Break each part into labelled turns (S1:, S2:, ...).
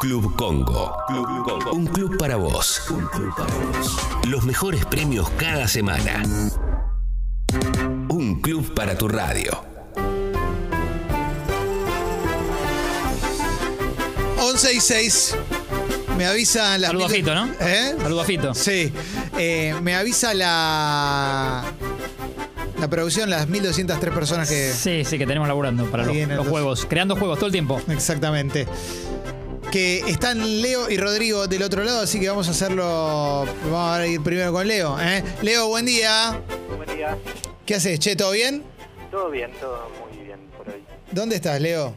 S1: Club Congo. Club Congo. Un club para vos. Los mejores premios cada semana. Un club para tu radio.
S2: 11 y 6. Me avisa la.
S3: Algo bajito, ¿no?
S2: ¿Eh?
S3: Algo bajito.
S2: Sí. Eh, me avisa la. La producción, las 1203 personas que.
S3: Sí, sí, que tenemos laburando para
S2: Ahí
S3: los,
S2: viene,
S3: los
S2: entonces. eh,
S3: juegos. Creando juegos todo el tiempo.
S2: Exactamente. Que están Leo y Rodrigo del otro lado, así que vamos a hacerlo. Vamos a ir primero con Leo. ¿eh? Leo, buen día.
S4: Buen día.
S2: ¿Qué haces, che? ¿Todo bien?
S4: Todo bien, todo muy bien por hoy.
S2: ¿Dónde estás, Leo?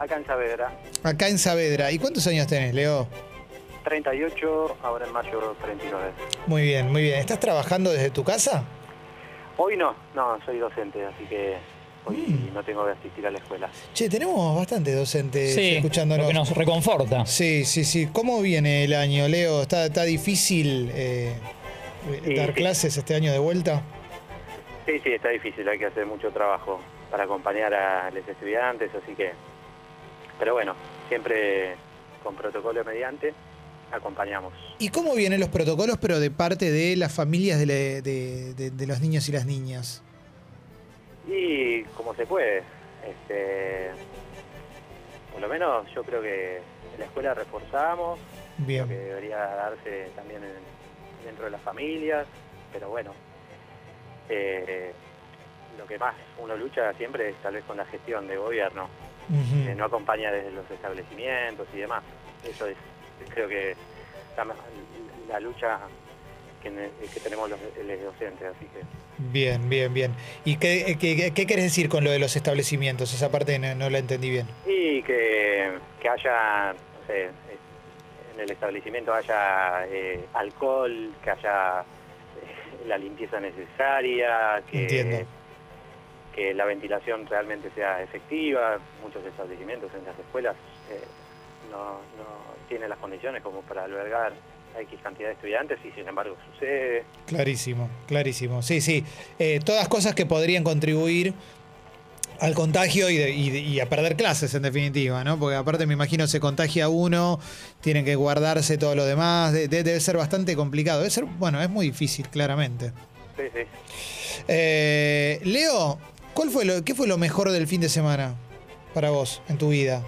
S4: Acá en Saavedra,
S2: Acá en Saavedra. ¿Y cuántos años tenés, Leo?
S4: 38, ahora en mayo 39.
S2: Muy bien, muy bien. ¿Estás trabajando desde tu casa?
S4: Hoy no, no, soy docente, así que hoy no tengo que asistir a la escuela.
S2: Che, tenemos bastantes docentes
S3: Sí,
S2: escuchándonos.
S3: lo que nos reconforta.
S2: Sí, sí, sí. ¿Cómo viene el año, Leo? ¿Está, está difícil eh,
S4: Sí,
S2: dar
S4: sí.
S2: clases este año de vuelta?
S4: Sí, sí, está difícil, hay que hacer mucho trabajo para acompañar a los estudiantes, así que... Pero bueno, siempre con protocolo mediante acompañamos.
S2: ¿Y cómo vienen los protocolos, pero de parte de las familias de, la- de- de- de los niños y las niñas?
S4: Y como se puede, este, por lo menos yo creo que en la escuela reforzamos, creo que
S2: Bien.
S4: debería darse también en- dentro de las familias, pero bueno, eh, lo que más uno lucha siempre es tal vez con la gestión de gobierno,
S2: Ujú.
S4: que no acompaña desde los establecimientos y demás. Eso es, creo que la, ma- la lucha que, ne- que tenemos los, los docentes, así que...
S2: Bien, bien, bien. ¿Y qué, qué, qué querés decir con lo de los establecimientos? Esa parte no, no la entendí bien.
S4: Y que, que haya, no sé, en el establecimiento haya eh, alcohol, que haya eh, la limpieza necesaria, que,
S2: Entiendo.
S4: que la ventilación realmente sea efectiva. Muchos establecimientos en las escuelas eh, no, no tienen las condiciones como para albergar a X cantidad de estudiantes y sin embargo sucede.
S2: Clarísimo, clarísimo. Sí, sí. Eh, todas cosas que podrían contribuir al contagio y, de- y de- y a perder clases, en definitiva, ¿no? Porque aparte me imagino se contagia uno, tienen que guardarse todo lo demás. de- de- debe ser bastante complicado. Debe ser, bueno, es muy difícil, claramente.
S4: Sí, sí.
S2: Eh, Leo, ¿cuál fue lo, ¿qué fue lo mejor del fin de semana para vos, en tu vida?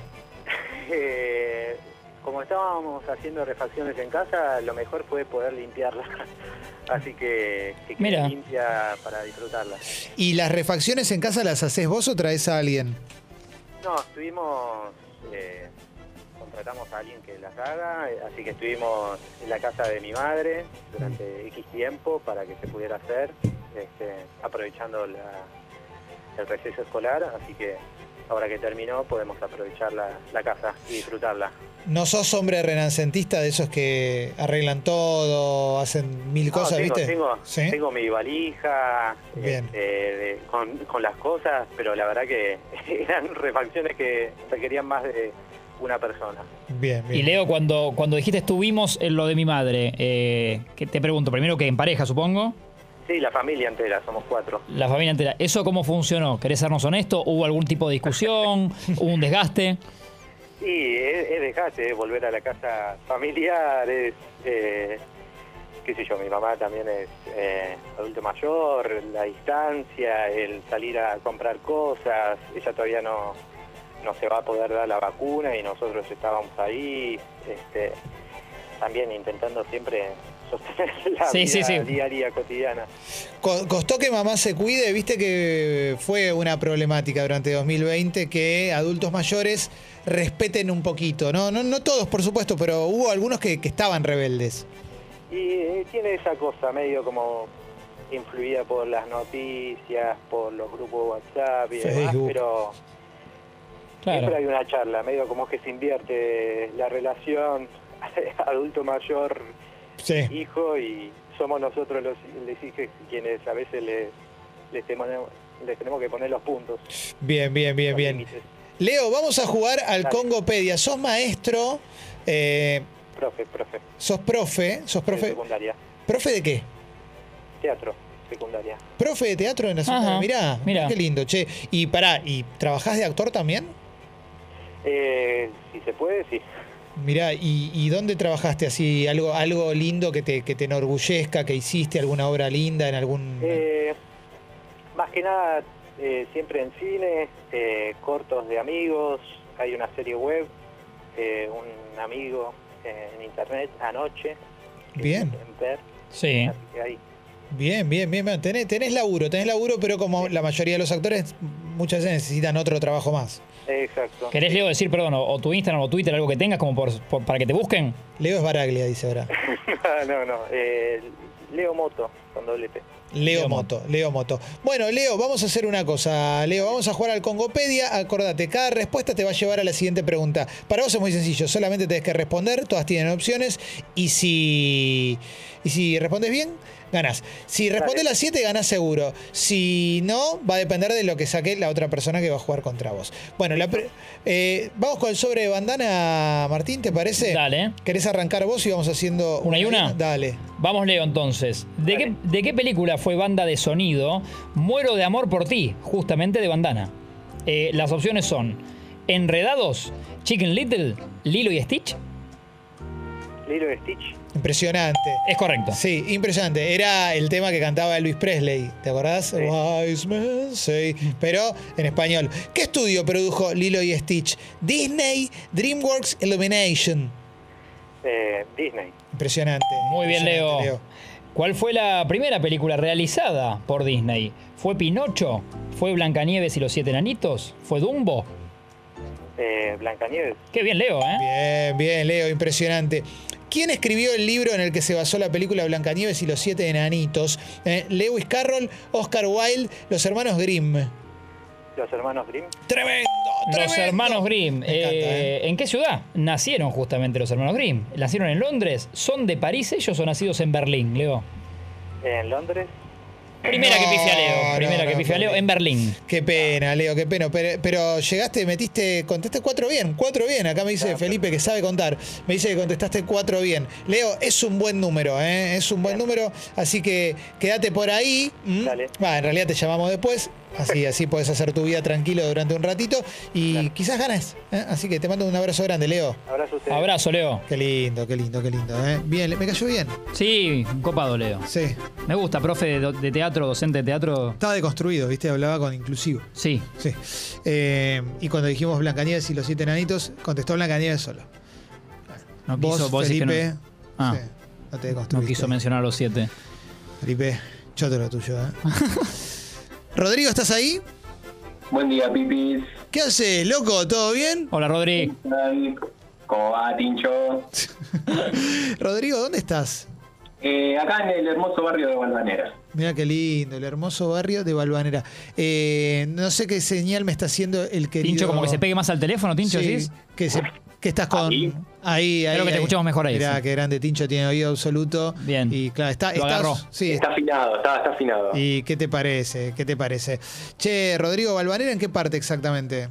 S4: Eh, como estábamos haciendo refacciones en casa, lo mejor fue poder limpiarla. Así que, que quede
S3: Mira.
S4: limpia para disfrutarla.
S2: ¿Y las refacciones en casa las haces vos o traes a alguien?
S4: No, estuvimos, eh, contratamos a alguien que las haga, eh, así que estuvimos en la casa de mi madre durante X tiempo para que se pudiera hacer, este, aprovechando la- el receso escolar, así que ahora que terminó podemos aprovechar la- la casa y disfrutarla.
S2: No sos hombre renacentista de esos que arreglan todo, hacen mil
S4: No,
S2: cosas,
S4: tengo,
S2: ¿viste?
S4: Tengo,
S2: ¿Sí?
S4: tengo mi valija
S2: Bien.
S4: este, de- con, con las cosas, pero la verdad que eran refacciones que requerían más de una persona.
S2: Bien, bien.
S3: Y Leo, cuando, cuando dijiste estuvimos en lo de mi madre, eh, que te pregunto, primero que en pareja, supongo,
S4: Sí, la familia entera, somos cuatro.
S3: la familia entera, ¿eso cómo funcionó? ¿Querés sernos honestos? ¿Hubo algún tipo de discusión? ¿Hubo un desgaste?
S4: Y es, es desgaste, es volver a la casa familiar, es, eh, qué sé yo, mi mamá también es eh, adulto mayor, la distancia, el salir a comprar cosas, ella todavía no, no se va a poder dar la vacuna y nosotros estábamos ahí, este, también intentando siempre sostener la
S3: Sí,
S4: vida
S3: sí, sí.
S4: diaria cotidiana.
S2: Co- Costó que mamá se cuide, viste que fue una problemática durante 2020 que adultos mayores respeten un poquito, ¿no? No, no todos, por supuesto, pero hubo algunos que, que estaban rebeldes.
S4: Y eh, tiene esa cosa medio como influida por las noticias, por los grupos de WhatsApp y demás,
S2: Facebook.
S4: pero siempre
S3: Claro.
S4: hay una charla, medio como que se invierte la relación adulto mayor
S2: Sí.
S4: hijo y somos nosotros los les hijos quienes a veces le- les, tenemos, les tenemos que poner los puntos.
S2: Bien, bien, bien,
S4: los
S2: bien.
S4: límites.
S2: Leo, vamos a jugar al
S4: Dale.
S2: Congopedia. Sos maestro, eh,
S4: Profe, profe,
S2: sos profe, sos
S4: profe.
S2: profe.
S4: secundaria,
S2: ¿Profe de qué?
S4: teatro, secundaria.
S2: Profe de teatro en la zona.
S3: Ajá,
S2: Mirá, mirá,
S3: mirá.
S2: qué lindo, che. Y pará, ¿y trabajás de actor también?
S4: Eh, si se puede, sí.
S2: Mirá, ¿y, y dónde trabajaste así? ¿Algo, algo lindo que te, que te enorgullezca, que hiciste alguna obra linda en algún...
S4: Eh, más que nada, eh, siempre en cine, eh, cortos de amigos, hay una serie web, eh, un amigo eh, en internet, anoche. que
S2: Bien.
S4: pueden ver,
S3: Sí.
S4: así que ahí.
S2: Bien, bien, bien. bien. Tenés, tenés laburo, tenés laburo, pero como la mayoría de los actores, muchas veces necesitan otro trabajo más.
S4: Exacto.
S3: ¿Querés, Leo, decir, perdón, o, o tu Instagram o Twitter, algo que tengas como por- por- para que te busquen?
S2: Leo es Baraglia, dice ahora.
S4: Ah, no, no. eh, Leo Moto, con doble T.
S2: Leo
S3: Leo
S2: Moto, Leo Moto. Bueno, Leo, vamos a hacer una cosa, Leo. Vamos a jugar al Congopedia. Acordate, cada respuesta te va a llevar a la siguiente pregunta. Para vos es muy sencillo, solamente tenés que responder, todas tienen opciones. Y si, y si respondes bien, ganás. Si respondes las 7, ganás seguro. Si no, va a depender de lo que saque la otra persona que va a jugar contra vos. Bueno, la pre- eh, vamos con el sobre de bandana, Martín, ¿te parece?
S3: Dale. ¿eh?
S2: ¿Querés arrancar vos y vamos haciendo
S3: ¿Una y una?
S2: Dale.
S3: Vamos, Leo, entonces. ¿De qué,
S4: Dale.
S3: de qué película fue banda de sonido Muero de amor por ti, justamente de Bandana? Eh, las opciones son Enredados, Chicken Little, Lilo y Stitch.
S4: Lilo y Stitch.
S2: Impresionante.
S3: Es correcto.
S2: Sí, impresionante. Era el tema que cantaba Elvis Presley, ¿te acordás? Wise men say, pero en español. ¿Qué estudio produjo Lilo y Stitch? Disney, DreamWorks, Illumination.
S4: Eh, Disney.
S2: Impresionante.
S3: Muy bien, Leo.
S2: impresionante,
S3: ¿Cuál fue la primera película realizada por Disney? ¿Fue Pinocho? ¿Fue Blancanieves y los siete enanitos? ¿Fue Dumbo?
S4: Eh, Blancanieves.
S3: Qué bien, Leo, ¿eh?
S2: Bien, bien, Leo, impresionante. ¿Quién escribió el libro en el que se basó la película Blancanieves y los siete enanitos? Eh, Lewis Carroll, Oscar Wilde, los hermanos Grimm.
S4: Los hermanos Grimm.
S2: Tremendo, tremendo.
S3: Los hermanos Grimm.
S2: Me encanta,
S3: eh, ¿En qué ciudad nacieron justamente los hermanos Grimm? ¿Nacieron en Londres? ¿Son de París ellos o nacidos en Berlín, Leo?
S4: En Londres.
S3: Primera que
S2: No,
S3: pifia Leo. Primera
S2: no,
S3: que
S2: no,
S3: pifia Leo
S2: Berlín.
S3: en Berlín.
S2: Qué pena, Leo, qué pena. Pero, pero llegaste, metiste, contestaste cuatro bien, cuatro bien. Acá me dice Felipe que sabe contar. Me dice que contestaste cuatro bien. Leo, es un buen número, ¿eh? es un buen número. Así que quédate por ahí. ¿m?
S4: Dale.
S2: Va, en realidad te llamamos después. Así, así puedes hacer tu vida tranquilo durante un ratito. Y quizás ganes. ¿eh? Así que te mando un abrazo grande, Leo.
S4: Abrazo a ustedes.
S3: Abrazo, Leo.
S2: Qué lindo, qué lindo, qué lindo. ¿eh? Bien, me cayó bien.
S3: Sí, un copado, Leo.
S2: Sí.
S3: Me gusta, profe de, do- de teatro, docente de teatro.
S2: Estaba deconstruido, ¿viste? Hablaba con inclusivo.
S3: Sí.
S2: Sí. Eh, y cuando dijimos Blancanieves y los siete enanitos, contestó Blancanieves solo.
S3: No
S2: Vos,
S3: quiso, vos decís que
S2: Felipe,
S3: no, Ah.
S2: sí, no te
S3: no
S2: deconstruiste.
S3: quiso mencionar los siete.
S2: Felipe, choto lo tuyo, ¿eh? Rodrigo, ¿estás ahí?
S5: Buen día, Pipis.
S2: ¿Qué haces, loco? ¿Todo bien?
S3: Hola, Rodri.
S5: ¿Qué tal? ¿Cómo va, Tincho?
S2: Rodrigo, ¿dónde estás?
S5: Eh, acá en el hermoso barrio de Valvanera.
S2: Mira qué lindo, el hermoso barrio de Balvanera. Eh, no sé qué señal me está haciendo el querido.
S3: Tincho, como que se pegue más al teléfono, Tincho,
S2: Sí,
S3: ¿sí?
S2: que, se- que estás con. Ahí,
S5: Ahí.
S2: ahí.
S3: Creo que te
S2: ahí.
S3: escuchamos mejor ahí,
S2: Mirá,
S3: sí.
S2: qué grande Tincho tiene oído absoluto.
S3: Bien.
S2: Y claro, está.
S3: Lo
S2: está-
S3: agarró.
S2: sí,
S5: Está afinado, está, está afinado.
S2: ¿Y qué te parece? ¿Qué te parece? Che, Rodrigo Balvanera, ¿en qué parte exactamente?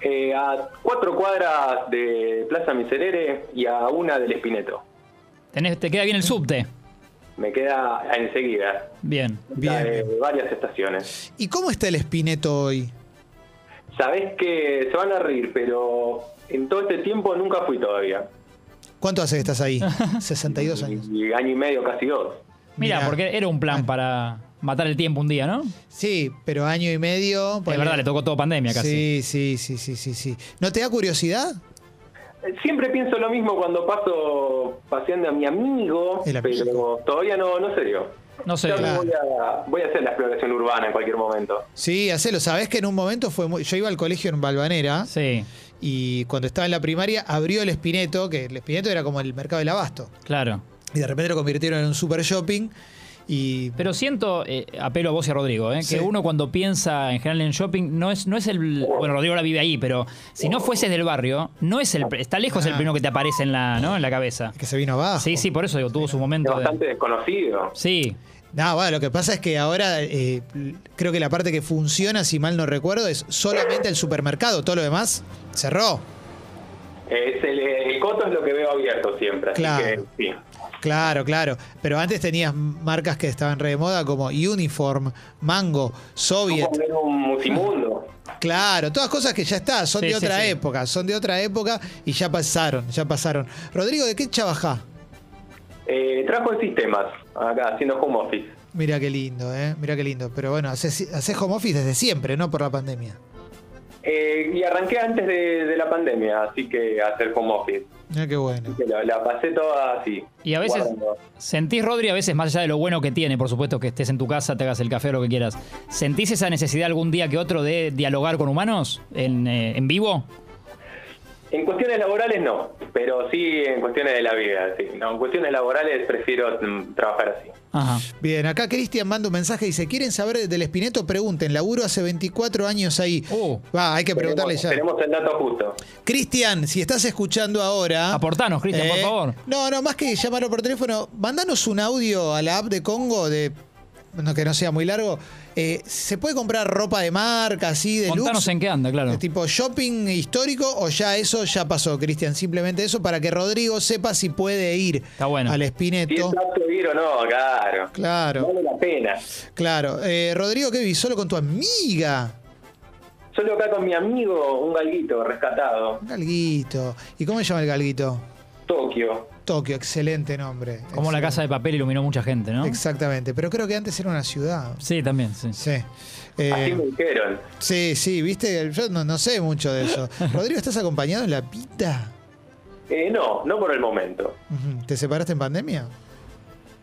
S5: Eh, a cuatro cuadras de Plaza Miserere y a una del Espineto.
S3: Tenés- te queda bien el subte.
S5: Me queda enseguida.
S3: Bien.
S2: Bien,
S5: Eh,
S2: bien.
S5: varias estaciones.
S2: ¿Y cómo está el Espineto hoy?
S5: Sabés que se van a reír, pero en todo este tiempo nunca fui todavía.
S2: ¿Cuánto hace que estás ahí? 62 años.
S5: Y año y medio, casi dos.
S3: Mira,
S2: Mirá. Ah.
S3: porque era un plan para matar el tiempo un día, ¿no?
S2: Sí, pero año y medio.
S3: Es
S2: ponele.
S3: verdad, le tocó todo pandemia casi.
S2: Sí, sí, sí, sí, sí, sí. ¿No te da curiosidad?
S5: Siempre pienso lo mismo cuando paso paseando a mi amigo,
S2: El amigo.
S5: pero todavía no, no se dio.
S3: No sé.
S5: Ya
S2: claro.
S5: voy, a, voy a hacer la exploración urbana en cualquier momento.
S2: Sí, hacelo. Sabés que en un momento fue muy... Yo iba al colegio en Balvanera
S3: Sí,
S2: y cuando estaba en la primaria abrió el Espineto, que el Espineto era como el mercado del abasto.
S3: claro.
S2: Y de repente lo convirtieron en un super shopping y...
S3: Pero siento, eh, apelo a vos y a Rodrigo, eh, que
S2: Sí.
S3: uno cuando piensa en general en shopping, no es, no es el. Bueno, Rodrigo ahora vive ahí, pero si no fueses del barrio, no es el. Está lejos el
S2: Ah.
S3: primero que te aparece en la, ¿no? en la cabeza.
S2: Que se vino abajo.
S3: Sí, sí, por eso digo, tuvo su
S5: Es
S3: momento. de-
S5: bastante desconocido.
S3: Sí,
S2: No, bueno, lo que pasa es que ahora eh, creo que la parte que funciona, si mal no recuerdo, es solamente el supermercado. Todo lo demás cerró.
S5: Es el, el coto es lo que veo abierto siempre. Así
S2: Claro.
S5: que, sí.
S2: Claro, claro. Pero antes tenías marcas que estaban re de moda como Uniform, Mango, Soviet.
S5: ¿Cómo ver un musimundo?
S2: Claro, todas cosas que ya está, son
S3: Sí,
S2: de
S3: sí,
S2: otra
S3: sí.
S2: época, son de otra época y ya pasaron, ya pasaron. Rodrigo, ¿de qué trabajás?
S5: Eh, trabajo en sistemas, acá, haciendo home office.
S2: Mira qué lindo, ¿eh? Mira qué lindo. Pero bueno, haces, haces home office desde siempre, ¿no? Por la pandemia.
S5: Eh, y arranqué antes de, de la pandemia, así que hacer home office.
S2: Mira qué bueno.
S5: Así que la, la pasé toda así.
S3: Y a veces
S5: guardando.
S3: sentís, Rodri, a veces más allá de lo bueno que tiene, por supuesto, que estés en tu casa, te hagas el café o lo que quieras, ¿sentís esa necesidad algún día que otro de dialogar con humanos en, eh, en vivo?
S5: En cuestiones laborales no, pero sí en cuestiones de la vida. sí. No, en cuestiones laborales prefiero mm, trabajar así.
S3: Ajá.
S2: Bien, acá Cristian manda un mensaje y dice, ¿quieren saber del Espineto? Pregunten, laburo hace 24 años ahí.
S3: Uh.
S2: Va, hay que preguntarle ya.
S5: tenemos, tenemos el dato justo.
S2: Cristian, si estás escuchando ahora... eh,
S3: Aportanos, Cristian, por favor.
S2: No, no, más que llamarlo por teléfono, mandanos un audio a la app de Congo de... No, que no sea muy largo. Eh, ¿Se puede comprar ropa de marca, así, de
S3: Contanos
S2: luxe?
S3: en qué anda, claro.
S2: Eh, Tipo shopping histórico o ya eso ya pasó, Cristian. Simplemente eso para que Rodrigo sepa si puede ir
S3: Está bueno.
S2: al
S5: Si es
S2: Espineto.
S5: apto ir o no, claro.
S2: Claro,
S5: Vale la pena.
S2: claro. Eh, Rodrigo, ¿qué vivís? Solo con tu amiga.
S5: Solo acá con mi amigo, un galguito rescatado.
S2: Galguito. ¿Y cómo se llama el galguito?
S5: Tokio.
S2: Tokio, excelente nombre.
S3: Como la casa de papel iluminó mucha gente, ¿no?
S2: Exactamente, pero creo que antes era una ciudad.
S3: Sí, también, sí.
S2: Sí.
S5: Así me
S2: Eh,
S5: dijeron.
S2: sí, sí, viste, yo no, no sé mucho de eso. Rodrigo, ¿estás acompañado en la pita?
S5: Eh, no, no por el momento.
S2: Ujú. ¿Te separaste en pandemia?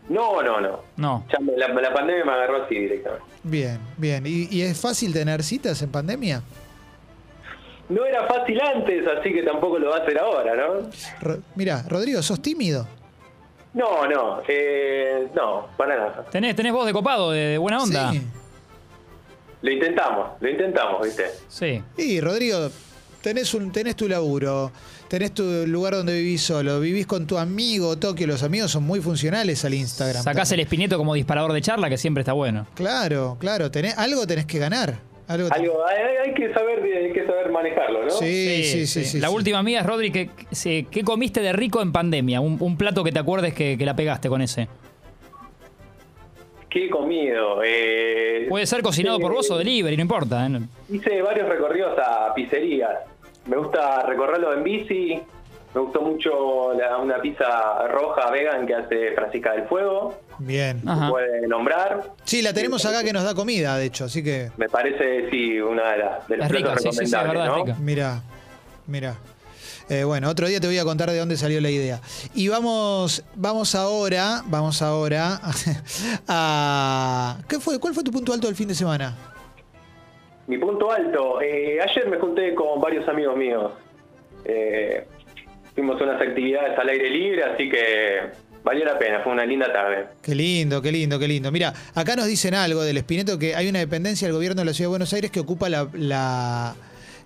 S5: No, no, no.
S3: No.
S5: Ya me- la, la pandemia me agarró así directamente.
S2: Bien, bien. ¿Y, y es fácil tener citas en pandemia?
S5: No era fácil antes, así que tampoco lo va a hacer ahora, ¿no?
S2: Ro- Mira, Rodrigo, ¿sos tímido?
S5: No, no, eh, no, para nada.
S3: Tenés, tenés voz de copado, de, de buena onda.
S2: Sí.
S5: Lo intentamos, lo intentamos, ¿viste?
S3: Sí.
S2: Y Rodrigo, tenés, un, tenés tu laburo, tenés tu lugar donde vivís solo, vivís con tu amigo Tokio, los amigos son muy funcionales al Instagram.
S3: Sacás el espineto como disparador de charla, que siempre está bueno.
S2: Claro, claro, tenés, algo tenés que ganar. Algo, ten-
S5: Algo, hay, hay- hay que saber, hay que saber manejarlo, ¿no?
S2: Sí, sí, sí, sí,
S3: La
S2: sí.
S3: última mía es, Rodri, ¿qué, se- qué comiste de rico en pandemia? Un, un plato que te acuerdes que, que la pegaste con ese.
S5: ¿Qué he comido? Eh,
S3: Puede ser cocinado por vos o
S5: eh,
S3: delivery, no importa. ¿eh?
S5: Hice varios recorridos a pizzerías. Me gusta recorrerlo en bici. Me gustó mucho la- una pizza roja vegan que hace Francisca del Fuego.
S2: Bien.
S3: Ajá.
S5: Puede nombrar.
S2: Sí, la tenemos acá que nos da comida, de hecho, así que
S5: Me parece, sí, una de las de los
S3: Es rica,
S5: platos
S3: sí, sí, sí, es
S5: recomendables,
S3: verdad, es
S5: ¿no?
S3: rica.
S2: mira, mira. Eh, bueno, otro día te voy a contar de dónde salió la idea. Y vamos, vamos ahora, vamos ahora a... ¿Qué fue? ¿Cuál fue tu punto alto del fin de semana?
S5: Mi punto alto. eh, ayer me junté con varios amigos míos. Eh, fuimos a unas actividades al aire libre, así que valió la pena. Fue una linda tarde.
S2: Qué lindo, qué lindo, qué lindo. Mira, acá nos dicen algo del Espineto, que hay una dependencia del gobierno de la Ciudad de Buenos Aires que ocupa la, la-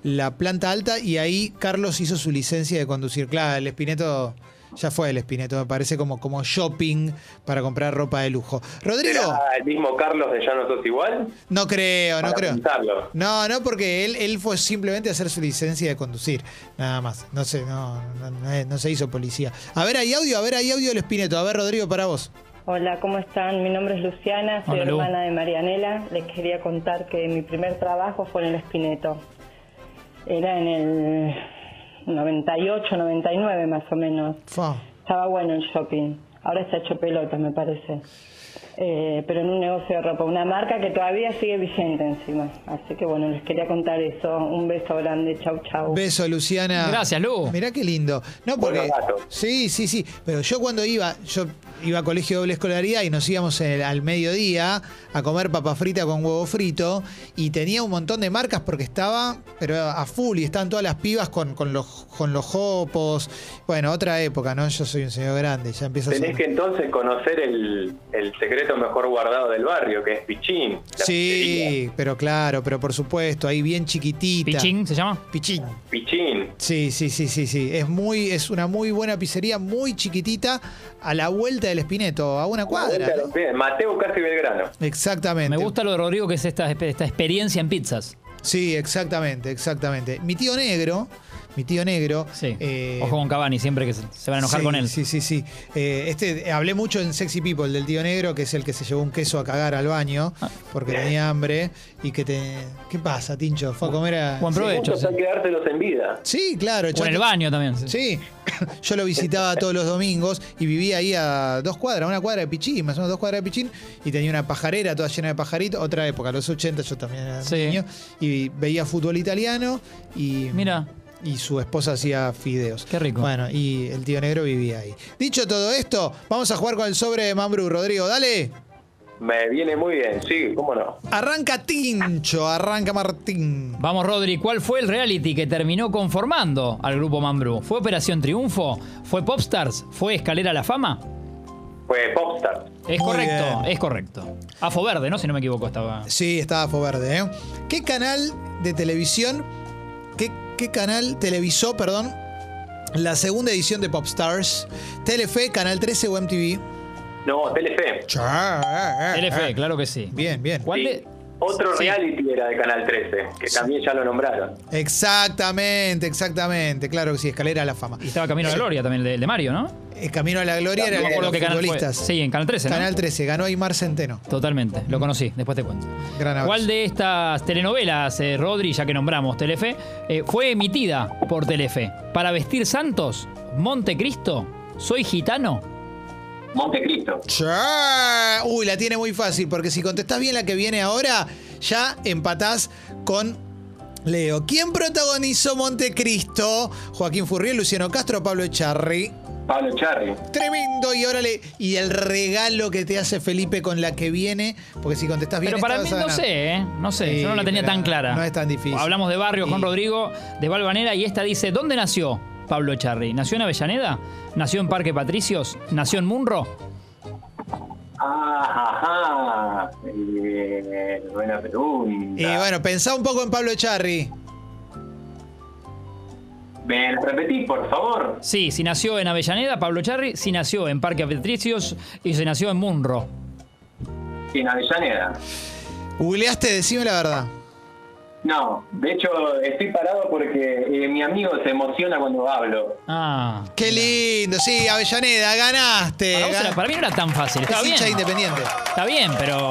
S2: la planta alta y ahí Carlos hizo su licencia de conducir. Claro, el Espineto ya fue el Espineto, me parece como, como shopping para comprar ropa de lujo. Rodrigo,
S5: ¿Era el mismo Carlos de Ya no sos igual?
S2: no creo, no
S5: Para
S2: creo.
S5: pensarlo.
S2: No, no, porque él, él fue simplemente a hacer su licencia de conducir, nada más. No sé, no, no, no- no se hizo policía. A ver, hay audio, a ver, hay audio del Espineto. A ver, Rodrigo, para vos.
S6: Hola, ¿cómo están? Mi nombre es Luciana, soy
S3: Hola, Lu.
S6: hermana de Marianela. Les quería contar que mi primer trabajo fue en el Espineto. Era en el 98, 99 más o menos.
S2: Fa.
S6: Estaba bueno el shopping. Ahora está hecho pelotas, me parece. Eh, pero en un negocio de ropa, una marca que todavía sigue vigente encima. Así que bueno, les quería contar eso. Un beso grande, chau, chau.
S2: Beso, Luciana.
S3: Gracias, Lu.
S2: Mirá qué lindo. No, porque.
S5: Buenos datos.
S2: Sí, sí, sí. Pero yo cuando iba, yo iba a colegio de doble escolaridad y nos íbamos en el- al mediodía a comer papa frita con huevo frito y tenía un montón de marcas porque estaba, pero a full y estaban todas las pibas con, con los con los jopos. Bueno, otra época, ¿no? Yo soy un señor grande, ya empieza a
S5: Tenés que
S2: ser.
S5: entonces conocer el, el secreto mejor guardado del barrio, que es Pichín. la pizzería.
S2: Sí, pero claro, pero por supuesto, ahí bien chiquitita.
S3: ¿Pichín se llama?
S2: Pichín.
S5: Pichín.
S2: Sí, sí, sí, sí, sí. Es muy, es una muy buena pizzería, muy chiquitita, a la vuelta del Espineto, a una cuadra. ¿no?
S5: Bien, Mateo Casi Belgrano.
S2: Exactamente.
S3: Me gusta lo de Rodrigo, que es esta, esta experiencia en pizzas.
S2: Sí, exactamente, exactamente. Mi tío negro, mi tío negro.
S3: Sí.
S2: eh,
S3: Ojo con Cavani, siempre que se, se van a enojar
S2: sí,
S3: con él.
S2: Sí, sí, sí. Eh, este, hablé mucho en Sexy People del tío negro, que es el que se llevó un queso a cagar al baño
S3: Ah.
S2: porque tenía hambre y que te. ¿Qué pasa, Tincho? Fue a comer a.
S3: Buen provecho.
S5: Juntos
S3: sí.
S5: hay que dárselos en vida.
S2: Sí, claro.
S3: O
S2: yo-
S3: en el baño también. sí.
S2: Sí, yo lo visitaba todos los domingos y vivía ahí a dos cuadras, una cuadra de Pichín, más o menos dos cuadras de Pichín, y tenía una pajarera toda llena de pajaritos, otra época, los 80 yo también era
S3: Sí.
S2: niño, y veía fútbol italiano y...
S3: Mira.
S2: Y su esposa hacía fideos.
S3: Qué rico.
S2: Bueno, y el tío negro vivía ahí. Dicho todo esto, vamos a jugar con el sobre de Mambrú, Rodrigo, dale.
S5: Me viene muy bien, sí, cómo no.
S2: Arranca Tincho, arranca Martín.
S3: Vamos, Rodri, ¿cuál fue el reality que terminó conformando al grupo Mambrú? ¿Fue Operación Triunfo? ¿Fue Popstars? ¿Fue Escalera a la Fama?
S5: Fue Popstar.
S2: Muy
S3: Es correcto,
S2: bien.
S3: es correcto. Afo Verde, ¿no? Si no me equivoco, estaba.
S2: Sí, estaba Foverde, ¿eh? ¿Qué canal de televisión, qué, qué canal televisó, perdón, la segunda edición de Popstars? Telefe, Canal 13 o MTV.
S5: No, Telefe.
S2: Ah,
S3: LF, claro que sí.
S2: Bien, bien.
S3: ¿Cuál
S5: Sí.
S3: de-
S5: Otro
S3: Sí.
S5: reality era de Canal 13, que también ya lo nombraron.
S2: Exactamente, exactamente. Claro que sí, escalera a la fama.
S3: Y estaba Camino a la Gloria también, el de, el de Mario, ¿no?
S2: Eh, Camino a la Gloria era
S3: No me
S2: el de
S3: acuerdo
S2: los
S3: qué canal fue.
S2: futbolistas.
S3: Sí, en Canal 13, ¿no?
S2: Canal 13, ganó Aymar Centeno.
S3: Totalmente, lo conocí, después te cuento.
S2: Gran abrazo.
S3: ¿Cuál de estas telenovelas, eh, Rodri, ya que nombramos Telefe, eh, fue emitida por Telefe? ¿Para vestir santos? ¿Montecristo? ¿Soy gitano?
S5: Montecristo.
S2: Chá. Uy, la tiene muy fácil, porque si contestás bien la que viene ahora, ya empatás con Leo. ¿Quién protagonizó Montecristo? Joaquín Furriel, Luciano Castro, Pablo Echarri.
S5: Pablo Charri.
S2: Tremendo, y órale, y el regalo que te hace Felipe con la que viene, porque si contestás bien
S3: Pero para
S2: esta vas a
S3: mí no
S2: ganar.
S3: sé, ¿eh? No sé,
S2: Sí,
S3: yo no la tenía
S2: pero
S3: tan clara.
S2: no es tan difícil.
S3: Hablamos de barrios con
S2: Sí.
S3: Rodrigo, de Valvanera, y esta dice, ¿dónde nació Pablo Echarri? ¿Nació en Avellaneda? ¿Nació en Parque Patricios? ¿Nació en Munro?
S5: Ah, Ajá, ajá. Eh, buena pregunta.
S2: Y bueno, pensá un poco en Pablo Echarri.
S5: ¿Me lo repetís, por favor?
S3: Sí, si nació en Avellaneda, Pablo Echarri, si nació en Parque Patricios y si nació en Munro.
S5: En Avellaneda.
S2: Googleaste, decime la verdad.
S5: No, de hecho estoy parado porque eh, mi amigo se emociona cuando hablo.
S3: Ah.
S2: Qué lindo, sí, Avellaneda, ganaste.
S3: Para, vos
S2: Eh, gan-
S3: era- para mí no era tan fácil. Está
S2: Es
S3: bien.
S2: hincha independiente.
S3: Está bien, pero.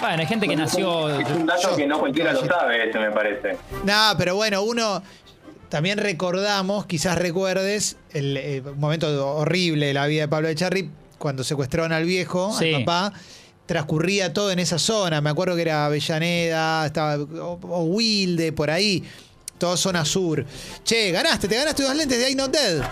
S3: Bueno, hay gente que nació.
S5: Es un dato
S2: yo-
S5: que no cualquiera lo
S2: yo-
S5: sabe, eso me parece.
S2: No, pero bueno, uno también recordamos, quizás recuerdes, el, eh, un momento horrible de la vida de Pablo Echarri, cuando secuestraron al viejo,
S3: Sí.
S2: al papá. Transcurría todo en esa zona. Me acuerdo que era Avellaneda, estaba o, o Wilde, por ahí. Toda zona sur. Che, ganaste, te ganaste dos lentes de I Not Dead.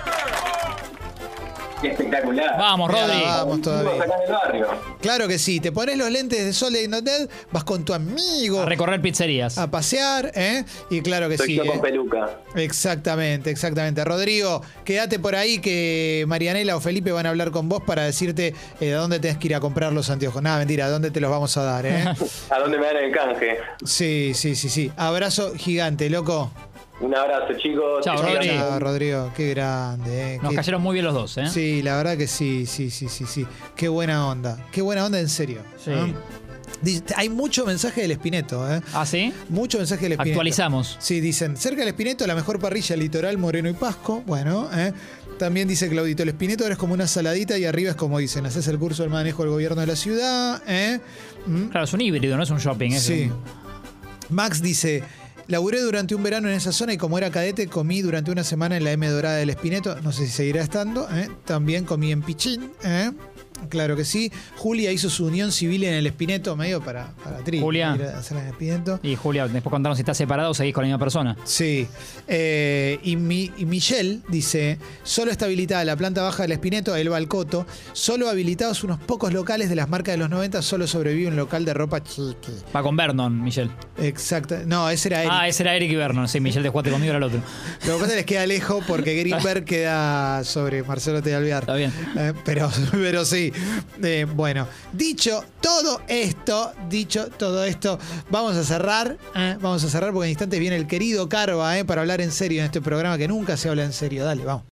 S5: Qué espectacular.
S3: Vamos,
S2: Mirá,
S3: Rodri.
S2: vamos. todavía.
S5: acá en el barrio.
S2: Claro que sí, te pones los lentes de sol de I Not Dead, vas con tu amigo
S3: A recorrer pizzerías.
S2: a pasear, ¿eh? Y claro que
S5: Soy
S2: sí.
S5: yo con
S2: eh.
S5: peluca.
S2: Exactamente, exactamente. Rodrigo, quédate por ahí que Marianela o Felipe van a hablar con vos para decirte eh, dónde tenés que ir a comprar los anteojos. Nada, mentira, dónde te los vamos a dar, ¿eh?
S5: ¿A dónde me dan el canje?
S2: sí, sí, sí, sí. Abrazo gigante, loco.
S5: Un abrazo, chicos.
S3: Chao,
S5: Sigan
S3: Rodri.
S2: Chao, Rodrigo, qué grande, ¿eh?
S3: Nos
S2: Qué-
S3: cayeron muy bien los dos, ¿eh?
S2: Sí, la verdad que sí, sí, sí, sí, sí. Qué buena onda. Qué buena onda en serio.
S3: Sí.
S2: ¿no? Dice- Hay mucho mensaje del Espineto, ¿eh?
S3: ¿Ah, sí?
S2: Mucho mensaje del Espineto.
S3: Actualizamos.
S2: Sí, dicen, cerca del Espineto, la mejor parrilla, litoral, moreno y pasco. Bueno, ¿eh? también dice Claudito, el Espineto ahora es como una saladita y arriba es como dicen, haces el curso del manejo del gobierno de la ciudad. ¿eh? Mm.
S3: Claro, es un híbrido, no es un shopping. Es
S2: Sí.
S3: un-
S2: Max dice, laburé durante un verano en esa zona y como era cadete, comí durante una semana en la M Dorada del Espineto. No sé si seguirá estando. ¿eh? También comí en Pichín. ¿eh? Claro que sí. Julia hizo su unión civil en el Espineto, medio para, para tri,
S3: Julia.
S2: ir a hacer en el Espineto.
S3: Y Julia, después contaron si estás separado o seguís con la misma persona.
S2: Sí. Eh, y, mi- y Michelle dice: solo está habilitada la planta baja del Espineto, el Balcoto. Solo habilitados unos pocos locales de las marcas de los 90, solo sobrevive un local de ropa chiqui.
S3: Va con Vernon, Michelle.
S2: Exacta. No, ese era Eric.
S3: Ah, ese era Eric y Vernon. Sí, Michelle, de jugaste conmigo era el otro.
S2: Lo que pasa es que les queda lejos porque Greenberg queda sobre Marcelo T. Alvear.
S3: Está bien.
S2: Eh, pero, pero sí. Eh, bueno, dicho todo esto, dicho todo esto, vamos a cerrar. eh, vamos a cerrar porque en instantes viene el querido Carva eh, para hablar en serio en este programa que nunca se habla en serio. Dale, vamos.